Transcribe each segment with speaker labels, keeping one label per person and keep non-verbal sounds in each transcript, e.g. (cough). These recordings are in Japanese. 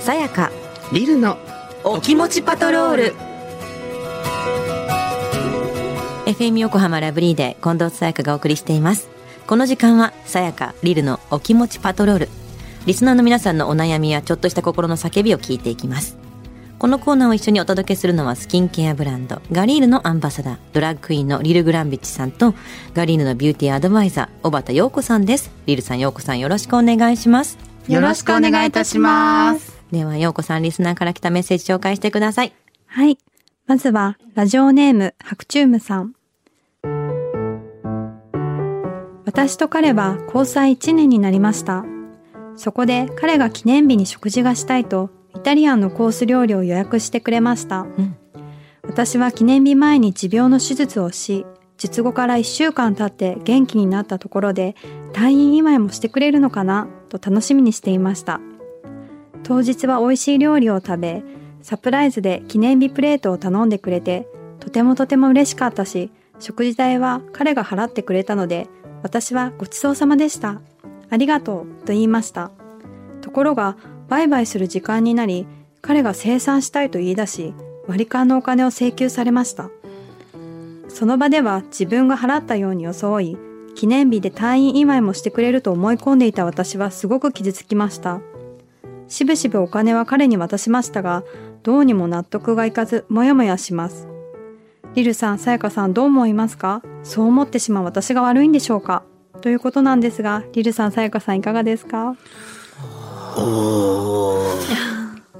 Speaker 1: さやか
Speaker 2: リルの
Speaker 1: お気持ちパトロール FM 横浜ラブリーで近藤さやかがお送りしていますこの時間はさやかリルのお気持ちパトロールリスナーの皆さんのお悩みやちょっとした心の叫びを聞いていきますこのコーナーを一緒にお届けするのはスキンケアブランドガリールのアンバサダードラッグクイーンのリル・グランビッチさんとガリールのビューティーアドバイザー小畑陽子さんですリルさん陽子さんよろしくお願いします
Speaker 2: よろしくお願いいたします。
Speaker 1: では陽子さんリスナーから来たメッセージ紹介してください
Speaker 3: はい。まずは、ラジオネーム、白チュームさん。私と彼は交際1年になりました。そこで彼が記念日に食事がしたいと、イタリアンのコース料理を予約してくれました。
Speaker 1: うん
Speaker 3: 私は記念日前に持病の手術をし、術後から1週間経って元気になったところで、退院祝いもしてくれるのかな、と楽しみにしていました。当日は美味しい料理を食べ、サプライズで記念日プレートを頼んでくれて、とてもとても嬉しかったし、食事代は彼が払ってくれたので、私はごちそうさまでした。ありがとう、と言いました。ところが、売買する時間になり、彼が生産したいと言い出し、割り勘のお金を請求されました。その場では自分が払ったように装い、記念日で退院祝いもしてくれると思い込んでいた私はすごく傷つきました。しぶしぶお金は彼に渡しましたが、どうにも納得がいかず、もやもやします。リルさん、さやかさん、どう思いますかそう思ってしまう私が悪いんでしょうかということなんですが、リルさん、さやかさん、いかがですか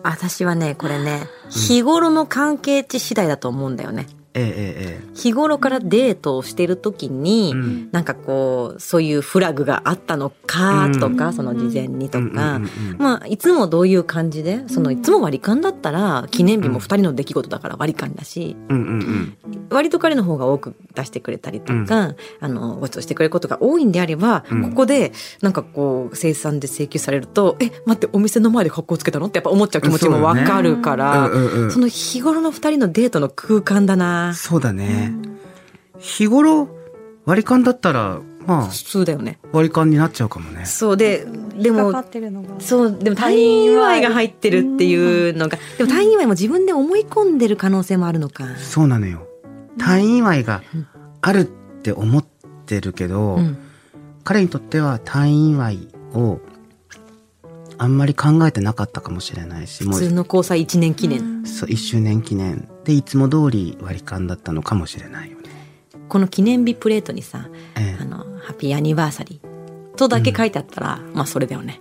Speaker 1: 私はねこれね日頃の関係値次第だと思うんだよね
Speaker 2: えええ
Speaker 1: 日頃からデートをしてる時に、
Speaker 2: えうん
Speaker 1: なんかこうそういうフラグがあったのかとか、その事前にとか、
Speaker 2: うんうんうんうん
Speaker 1: まあいつもどういう感じでそのいつも割り勘だったら記念日も2人の出来事だから割り勘だし、
Speaker 2: うんうんうん
Speaker 1: 割と彼の方が多く出してくれたりとか、あのごちそうしてくれることが多いんであれば、ここでなんかこう生産で請求されると「え待ってお店の前で格好つけたの?」ってやっぱ思っちゃう気持ちもわかるから
Speaker 2: うんうんうん
Speaker 1: その日頃の2人のデートの空間だな
Speaker 2: そうだね。日頃、割り勘だったら、まあ
Speaker 1: 普、通だよね。
Speaker 2: 割り勘になっちゃうかもね。
Speaker 1: そうでで
Speaker 3: 引っ
Speaker 1: も
Speaker 3: かかってるのが。
Speaker 1: そうでも退院祝いが入ってるっていうのがでも退院祝いも自分で思い込んでる可能性もあるのか。
Speaker 2: そうなのよ。退院祝いがあるって思ってるけど、
Speaker 1: うん
Speaker 2: 彼にとっては退院祝いを、あんまり考えてなかったかもしれないし、も
Speaker 1: 普通
Speaker 2: う、
Speaker 1: の交際1年記念
Speaker 2: そう、1周年記念で、いつも通り割り勘だったのかもしれないよね。
Speaker 1: この記念日プレートにさ
Speaker 2: え
Speaker 1: あのハッピーアニバーサリーとだけ書いてあったら、まあそれだよね。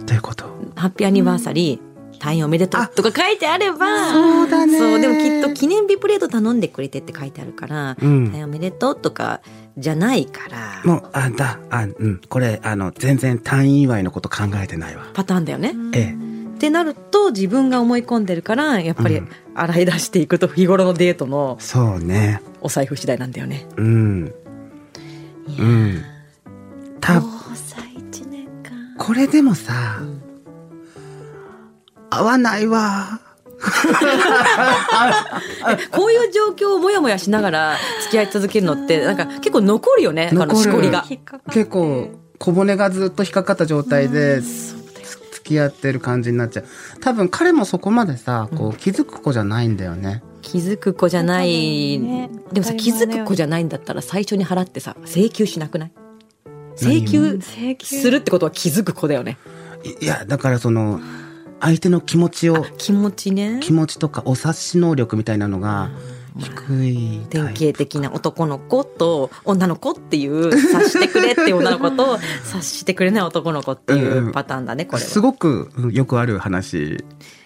Speaker 2: え、ということ。
Speaker 1: ハッピーアニバーサリー、退院おめでとう
Speaker 2: あ
Speaker 1: とか書いてあれば、
Speaker 2: そうだね
Speaker 1: そうでもきっと記念日プレート頼んでくれてって書いてあるから、
Speaker 2: うん
Speaker 1: 退院おめでとうとかじゃないから、
Speaker 2: もう、あ、だ、あ、うん、これ、あの、全然退院祝いのこと考えてないわ。
Speaker 1: パターンだよね。
Speaker 2: ええ。
Speaker 1: ってなると自分が思い込んでるからやっぱ
Speaker 2: う
Speaker 1: り
Speaker 2: ん
Speaker 1: 洗い出していくと日頃のデートの
Speaker 2: そうね。
Speaker 1: お財布次第なんだよね。
Speaker 2: うん。うん。た、
Speaker 1: 歳1年か。
Speaker 2: これでもさ、合わないわ。
Speaker 1: こういう状況をもやもやしながら (laughs) 付き合い続けるのってなんか結構残るよねあの
Speaker 2: 残る
Speaker 1: しこりが。
Speaker 3: 引っかかって
Speaker 2: 結構、小骨がずっと引っかかった状態で、つ付き合ってる感じになっちゃう。多分彼もそこまでさ、こう、気づく子じゃないんだよね。
Speaker 1: 気づく子じゃない、
Speaker 3: ね
Speaker 1: でもさ
Speaker 3: 当たり前のように
Speaker 1: 気づく子じゃないんだったら最初に払ってさ請求しなくない請求
Speaker 3: 請求
Speaker 1: するってことは気づく子だよね
Speaker 2: いいや、だからその、相手の気持ちを、
Speaker 1: 気持ちね
Speaker 2: 気持ちとかお察し能力みたいなのが、低いタ
Speaker 1: 典
Speaker 2: イプ。
Speaker 1: 型的な男の子と女の子っていう察してくれっていう女の子
Speaker 2: (laughs)
Speaker 1: と察してくれない男の子っていうパターンだねこれ
Speaker 2: す
Speaker 1: は。
Speaker 2: ごくうんよくある話。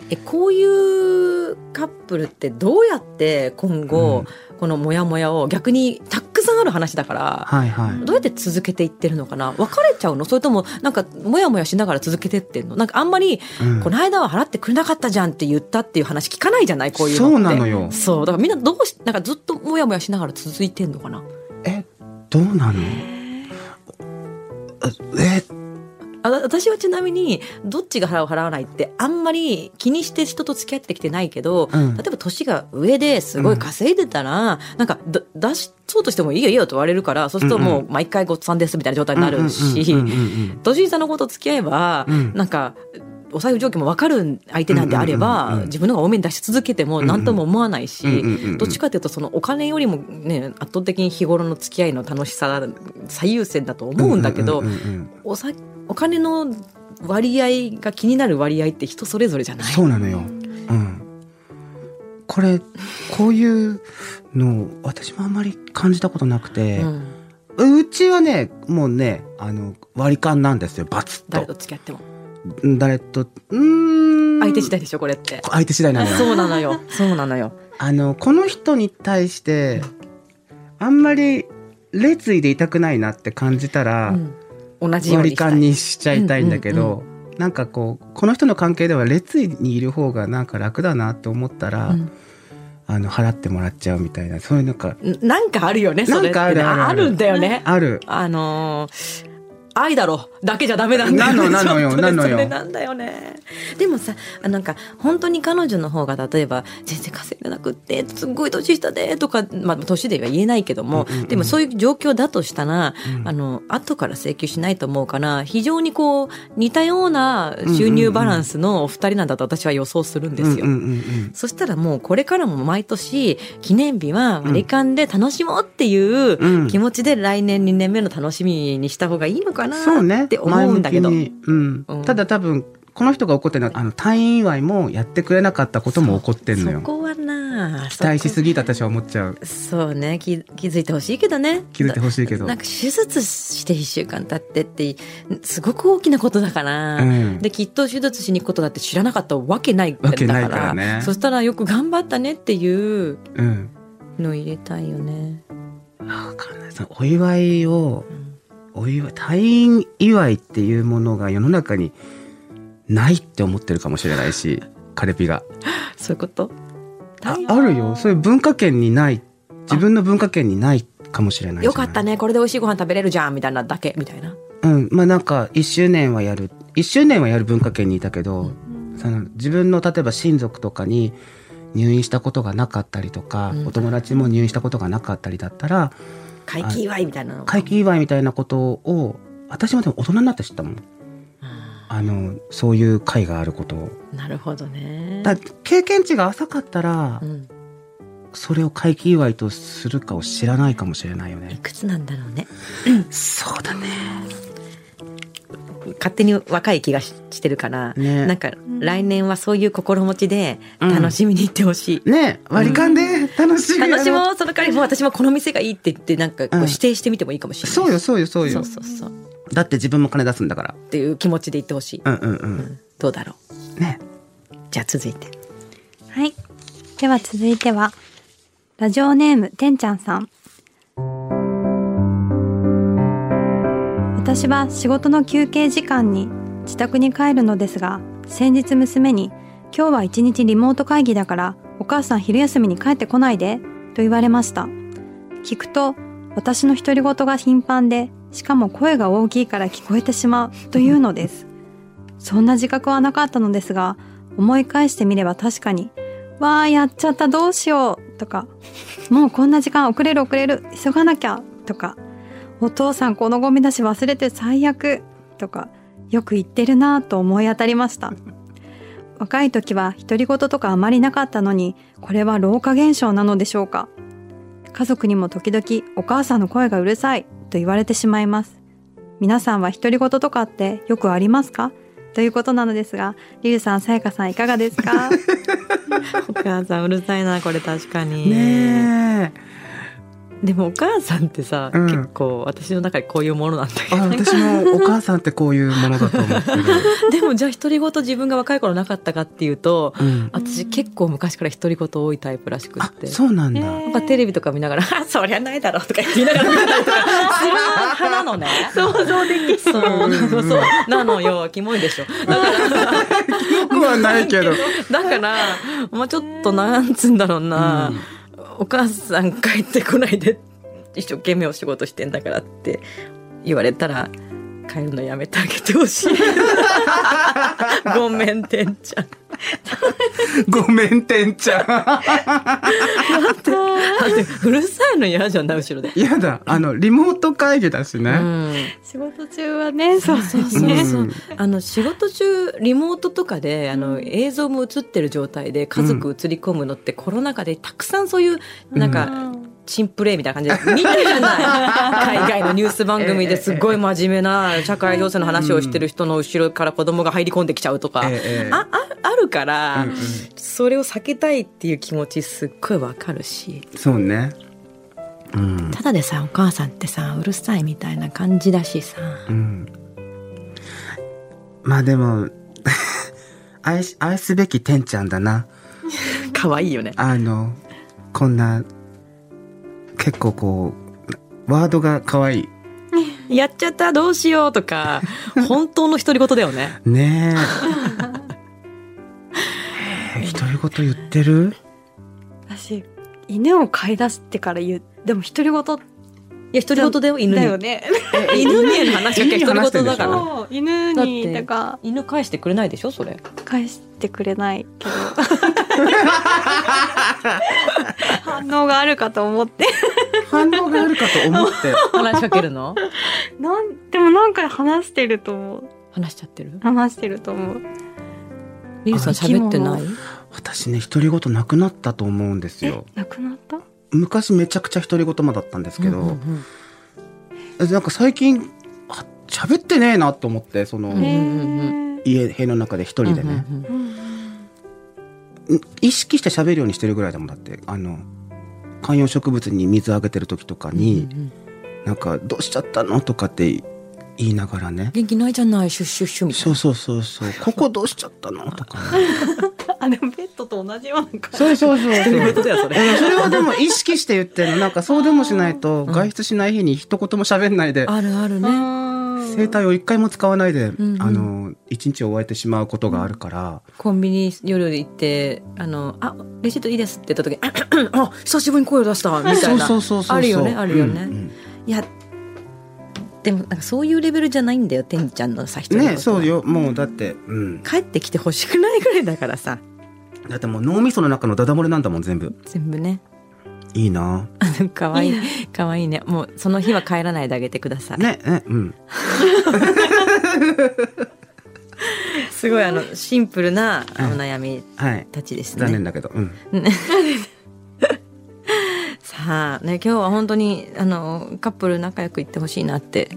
Speaker 1: えこういうカップルってどうやって今後このモヤモヤを逆にたくさんある話だから
Speaker 2: はいはい。
Speaker 1: どうやって続けていってるのかな別れちゃうのそれともなんかモヤモヤしながら続けてってんのなんかあんまり、
Speaker 2: うん
Speaker 1: この間は払ってくれなかったじゃんって言ったっていう話聞かないじゃないこういうのって
Speaker 2: そうなのよ
Speaker 1: そうだからみんなどうしなんかずっとモヤモヤしながら続いてんのかな
Speaker 2: え、どうなのあえ、
Speaker 1: あわ私はちなみにどっちが払う払わないってあんまり気にして人と付き合ってきてないけど、
Speaker 2: うん
Speaker 1: 例えば年が上ですごい稼いでたら、なんかだ出しそうとしてもいいよいいよと言われるからそうするともう毎回ごっつぁんですみたいな状態になるし、
Speaker 2: うんうんうんうんうん
Speaker 1: 年下の子と付き合えば、
Speaker 2: うん
Speaker 1: なんかお財布状況も分かる相手なんであれば、
Speaker 2: うんうんうんうん
Speaker 1: 自分の方が多めに出し続けても何とも思わないし、
Speaker 2: うんうんうん
Speaker 1: どっちかというとそのお金よりも、ね、圧倒的に日頃の付き合いの楽しさが最優先だと思うんだけど、
Speaker 2: うんうんうんうん
Speaker 1: おさお金の割合が気になる割合って人それぞれじゃない
Speaker 2: そうなのよ、うん、これこういうの私もあんまり感じたことなくて、
Speaker 1: う
Speaker 2: うんちはねもうねあの割り勘なんですよバツッ
Speaker 1: 誰
Speaker 2: と
Speaker 1: と付き合っても
Speaker 2: 誰とうーん
Speaker 1: 相手次第でしょこれって
Speaker 2: 相手次第なのよ
Speaker 1: そうなのよそうなのよ
Speaker 2: あのこの人に対してあんまり列位でいたくないなって感じたら、
Speaker 1: うん、同じように
Speaker 2: 割り
Speaker 1: したい
Speaker 2: 勘にしちゃいたいんだけど、なんかこうこの人の関係では列位にいる方がなんか楽だなって思ったら、
Speaker 1: うん
Speaker 2: あの払ってもらっちゃうみたいなそういうなんか
Speaker 1: んなんかあるよねそれってね
Speaker 2: なんかあるある
Speaker 1: あ
Speaker 2: ある
Speaker 1: るんだよね
Speaker 2: ある
Speaker 1: あのー愛だろだけじゃダメなんだよね
Speaker 2: なのなのよ
Speaker 1: (laughs) ちょっとね
Speaker 2: なのよ
Speaker 1: それなんだよねでもさあなんか本当に彼女の方が例えば全然稼いでなくってすっごい年下でとか、まあ、年では言えないけども、
Speaker 2: うんうんうん
Speaker 1: でもそういう状況だとしたら、
Speaker 2: うん
Speaker 1: あの後から請求しないと思うから非常にこう似たような収入バランスのお二人なんだと私は予想するんですよ。
Speaker 2: うんうんうんうん
Speaker 1: そしたらもうこれからも毎年記念日は割り勘で楽しもうっていう気持ちで来年2年目の楽しみにした方がいいのかな
Speaker 2: そうね
Speaker 1: って思うんだけど。
Speaker 2: 前向きにうん
Speaker 1: うん
Speaker 2: ただ多分この人が怒ってるのはあの退院祝いもやってくれなかったことも怒ってるの
Speaker 1: そ
Speaker 2: よ
Speaker 1: こはな
Speaker 2: 期待しす
Speaker 1: ぎ
Speaker 2: ぎだ私は思っちゃう
Speaker 1: そうね気気づいてほしいけどね
Speaker 2: 気づいてほしいけど
Speaker 1: なんか手術して1週間経ってってすごく大きなことだから、
Speaker 2: うん
Speaker 1: できっと手術しに行くことだって知らなかったわけない
Speaker 2: わけないからね
Speaker 1: そしたらよく頑張ったねっていう
Speaker 2: うん
Speaker 1: のを入れたいよね。
Speaker 2: わかんないそのお祝いを
Speaker 1: うん
Speaker 2: お祝い退院祝いっていうものが世の中にないって思ってるかもしれないしカレピが
Speaker 1: そういうこと
Speaker 2: ああるよそういう文化圏にない自分の文化圏にないかもしれないじ
Speaker 1: よ
Speaker 2: ゃな
Speaker 1: か
Speaker 2: い
Speaker 1: ったねこれで美味しいご飯食べれるじゃんみたいなだけみたいな
Speaker 2: うんまあなんか1周年はやる1周年はやる文化圏にいたけど、その自分の例えば親族とかに入院したことがなかったりとか、
Speaker 1: うん
Speaker 2: お友達も入院したことがなかったりだったら
Speaker 1: 会期祝いみたいなの
Speaker 2: 会期祝いみたいなことを私もでも大人になって知ったもん
Speaker 1: あ
Speaker 2: あのそういう会があることを。
Speaker 1: ーなるほどね
Speaker 2: だ経験値が浅かったら、
Speaker 1: うん、
Speaker 2: それを会期祝いとするかを知らないかもしれないよ
Speaker 1: い
Speaker 2: ね。
Speaker 1: くつなんだろうね
Speaker 2: そうだね。
Speaker 1: 勝手に若い気がししてるから、
Speaker 2: ね
Speaker 1: なんか来年はそういう心持ちで
Speaker 2: うん
Speaker 1: 楽しみに行ってほしい、
Speaker 2: ね割り勘で楽しみやろう
Speaker 1: 楽しもうその代わりもう私もこの店がいいって言ってなんかこう
Speaker 2: うん
Speaker 1: 指定してみてもいいかもしれない、
Speaker 2: そうよそうよそうよ
Speaker 1: そうそうそう
Speaker 2: だって自分も金出すんだから。
Speaker 1: っていう気持ちで行ってほしい、
Speaker 2: うんうんう。
Speaker 1: うんんどうだろう
Speaker 2: ね。
Speaker 1: じゃあ続いて
Speaker 3: はい。では続いては、ラジオネーム、てんちゃんさん。私は仕事の休憩時間に自宅に帰るのですが、先日娘に、今日は一日リモート会議だから、お母さん昼休みに帰ってこないで、と言われました。聞くと、私の独り言が頻繁で、しかも声が大きいから聞こえてしまうというのです。そんな自覚はなかったのですが、思い返してみれば確かに、わあ、やっちゃった、どうしよう、とか、もうこんな時間遅れる遅れる、急がなきゃ、とか、お父さんこのゴミ出し忘れて最悪、とか、よく言ってるなぁと思い当たりました。若い時は独り言とかあまりなかったのに、これは老化現象なのでしょうか。家族にも時々お母さんの声がうるさいと言われてしまいます。皆さんは独り言とかってよくありますかということなのですが、リルさん、さやかさんいかがですか
Speaker 1: お母さんうるさいなこれ確かに
Speaker 2: ねえ。
Speaker 1: でもお母さんってさ、
Speaker 2: うん
Speaker 1: 結構私の中でこういうものなんだけ
Speaker 2: あ
Speaker 1: ど
Speaker 2: 私もお母さんってこういうものだと思ってる。
Speaker 1: (laughs) でもじゃあ独り言自分が若い頃なかったかっていうと
Speaker 2: (laughs) うん、
Speaker 1: 私結構昔から独り言多いタイプらしくっ
Speaker 2: あ
Speaker 1: て。
Speaker 2: そうなんだ。
Speaker 1: なんかテレビとか見な (laughs) がら「あそりゃないだろ」とか (laughs) 言いながら見てたりとかする派なのね (laughs) 想像できそうそうそうなのよキモいでしょだから
Speaker 2: よくはない (laughs) けど。
Speaker 1: だからもうちょっとなんつうんだろうな、
Speaker 2: うん
Speaker 1: お母さん帰ってこないで一生懸命お仕事してんだからって言われたら
Speaker 2: (laughs)
Speaker 1: 帰るのやめてあげてほしいごめんてんちゃん
Speaker 2: ごめん、てんちゃ
Speaker 1: だってうるさいの嫌じゃんな後ろで。
Speaker 2: ん。 (laughs) やだ、あの、リモート会議だし
Speaker 1: う
Speaker 2: ね。
Speaker 1: ん
Speaker 3: 仕事中はね、そうです
Speaker 1: そうそう
Speaker 3: ね。
Speaker 1: そう、
Speaker 2: うん
Speaker 1: あの仕事中リモートとかであの映像も映ってる状態で家族映り込むのって、コロナ禍でたくさんそういうなんか、チンプレイみたいな感じで見てるじゃない海外のニュース番組ですっごい真面目な社会情勢の話をしてる人の後ろから子供が入り込んできちゃうとか、
Speaker 2: ええええ
Speaker 1: あああるから、
Speaker 2: うんうん
Speaker 1: それを避けたいっていう気持ちすっごいわかるし
Speaker 2: そうね。うん。
Speaker 1: ただでさお母さんってさうるさいみたいな感じだしさ。
Speaker 2: うん。まあでも、 (laughs) 愛し、愛すべきてんちゃんだな。
Speaker 1: 可愛いよね。
Speaker 2: あの、こんな、結構こう、ワードが可愛い。
Speaker 1: やっちゃったどうしようと (laughs) か本当の独り言だよね
Speaker 2: ね
Speaker 1: (laughs)
Speaker 2: え。え独り言言ってる
Speaker 3: 私、犬を飼い出してから言う。でも、独り言
Speaker 1: いや独り言だよ犬
Speaker 3: だ
Speaker 1: に
Speaker 3: よね。
Speaker 1: 犬にの話が
Speaker 2: 犬に
Speaker 1: 独り
Speaker 2: 話して
Speaker 1: 言
Speaker 2: んで
Speaker 1: だ
Speaker 2: しょ
Speaker 1: から
Speaker 3: そう犬に
Speaker 1: だって
Speaker 3: とか
Speaker 1: 犬返してくれないでしょそれ
Speaker 3: 返してくれない (laughs) けど反応があるかと思って
Speaker 2: 反応があるかと思って。
Speaker 1: 話しかけるの
Speaker 3: なんでもなんか話してると思う
Speaker 1: 話しちゃってる
Speaker 3: 話してると思う
Speaker 1: リルさん喋ってない
Speaker 2: 私ね、独り言なくなったと思うんですよ。
Speaker 3: なくなった
Speaker 2: 昔めちゃくちゃ独り言魔だったんですけど、
Speaker 1: うんうん
Speaker 2: なんか最近、あ喋ってねえなと思って、その、
Speaker 1: うん
Speaker 3: へ
Speaker 1: うん
Speaker 3: ー
Speaker 2: 家、部屋の中で一
Speaker 1: うん
Speaker 2: 人でね、
Speaker 1: うんうんうん
Speaker 3: うんうん
Speaker 2: 意識して喋るようにしてるぐらいだもんだって、あの、観葉植物に水あげてる時とかに、
Speaker 1: うんうん
Speaker 2: なんか、どうしちゃったのとかって言いながらね、
Speaker 1: 元気ないじゃないシュッシュッシュみたい
Speaker 2: そ
Speaker 1: な
Speaker 2: うそうそうそう、ここどうしちゃったのとかね、
Speaker 3: あでもペットと同じような感
Speaker 2: そうそうそうそう。
Speaker 1: 独り言だよそれ
Speaker 2: でもそれはでも意識して言ってるの。なんかそうでもしないと、外出しない日に一言も喋んないで、
Speaker 1: あるある
Speaker 3: じ
Speaker 1: ね
Speaker 2: 声帯を一回も使わないで、
Speaker 1: んうん
Speaker 2: あの、一日を終えてしまうことがあるから、
Speaker 1: コンビニ夜行ってあのあレシートいいですって言った時あ久しぶりに声を出したみたいな
Speaker 2: そうそうそうそう。
Speaker 1: あるよねあるよね
Speaker 2: うんうん
Speaker 1: いやでもなんかそういうレベルじゃないんだよてんちゃんのさ独り言は
Speaker 2: ねそうよ。もうだって、うん。
Speaker 1: 帰ってきてほしくないぐらいだからさ
Speaker 2: だってもう脳みその中のダダ漏れなんだもん、全部。
Speaker 1: 全部 (laughs) ね
Speaker 2: いいな
Speaker 1: かわいいかわいいねもうその日は帰らないであげてください、
Speaker 2: ね、ね、うん。
Speaker 1: すごいあのシンプルなお
Speaker 2: うん
Speaker 1: 悩み
Speaker 2: はい。
Speaker 1: たちです
Speaker 2: 残
Speaker 1: ね
Speaker 2: 念だけど、うん。
Speaker 1: さあね今日は本当にあのカップル仲良くいってほしいなって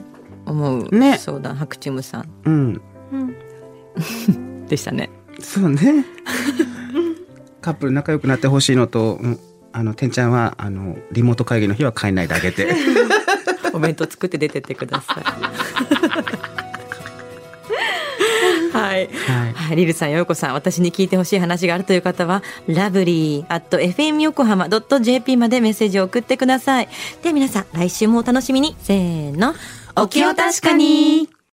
Speaker 1: 思う
Speaker 2: ね
Speaker 1: 相談、白チムさん
Speaker 2: うん。
Speaker 3: うん
Speaker 1: でしたね
Speaker 2: そうね。カップル仲良くなってほしいのと、うんあの、てんちゃんは、あの、リモート会議の日は帰んないであげて。
Speaker 1: お弁当作って出てってくださいはい
Speaker 2: はい。
Speaker 1: はい、リルさん、ようこさん、私に聞いてほしい話があるという方は、ラブリー at fm 横浜 .jp までメッセージを送ってください。では皆さん、来週もお楽しみに。せーの。お気を確かに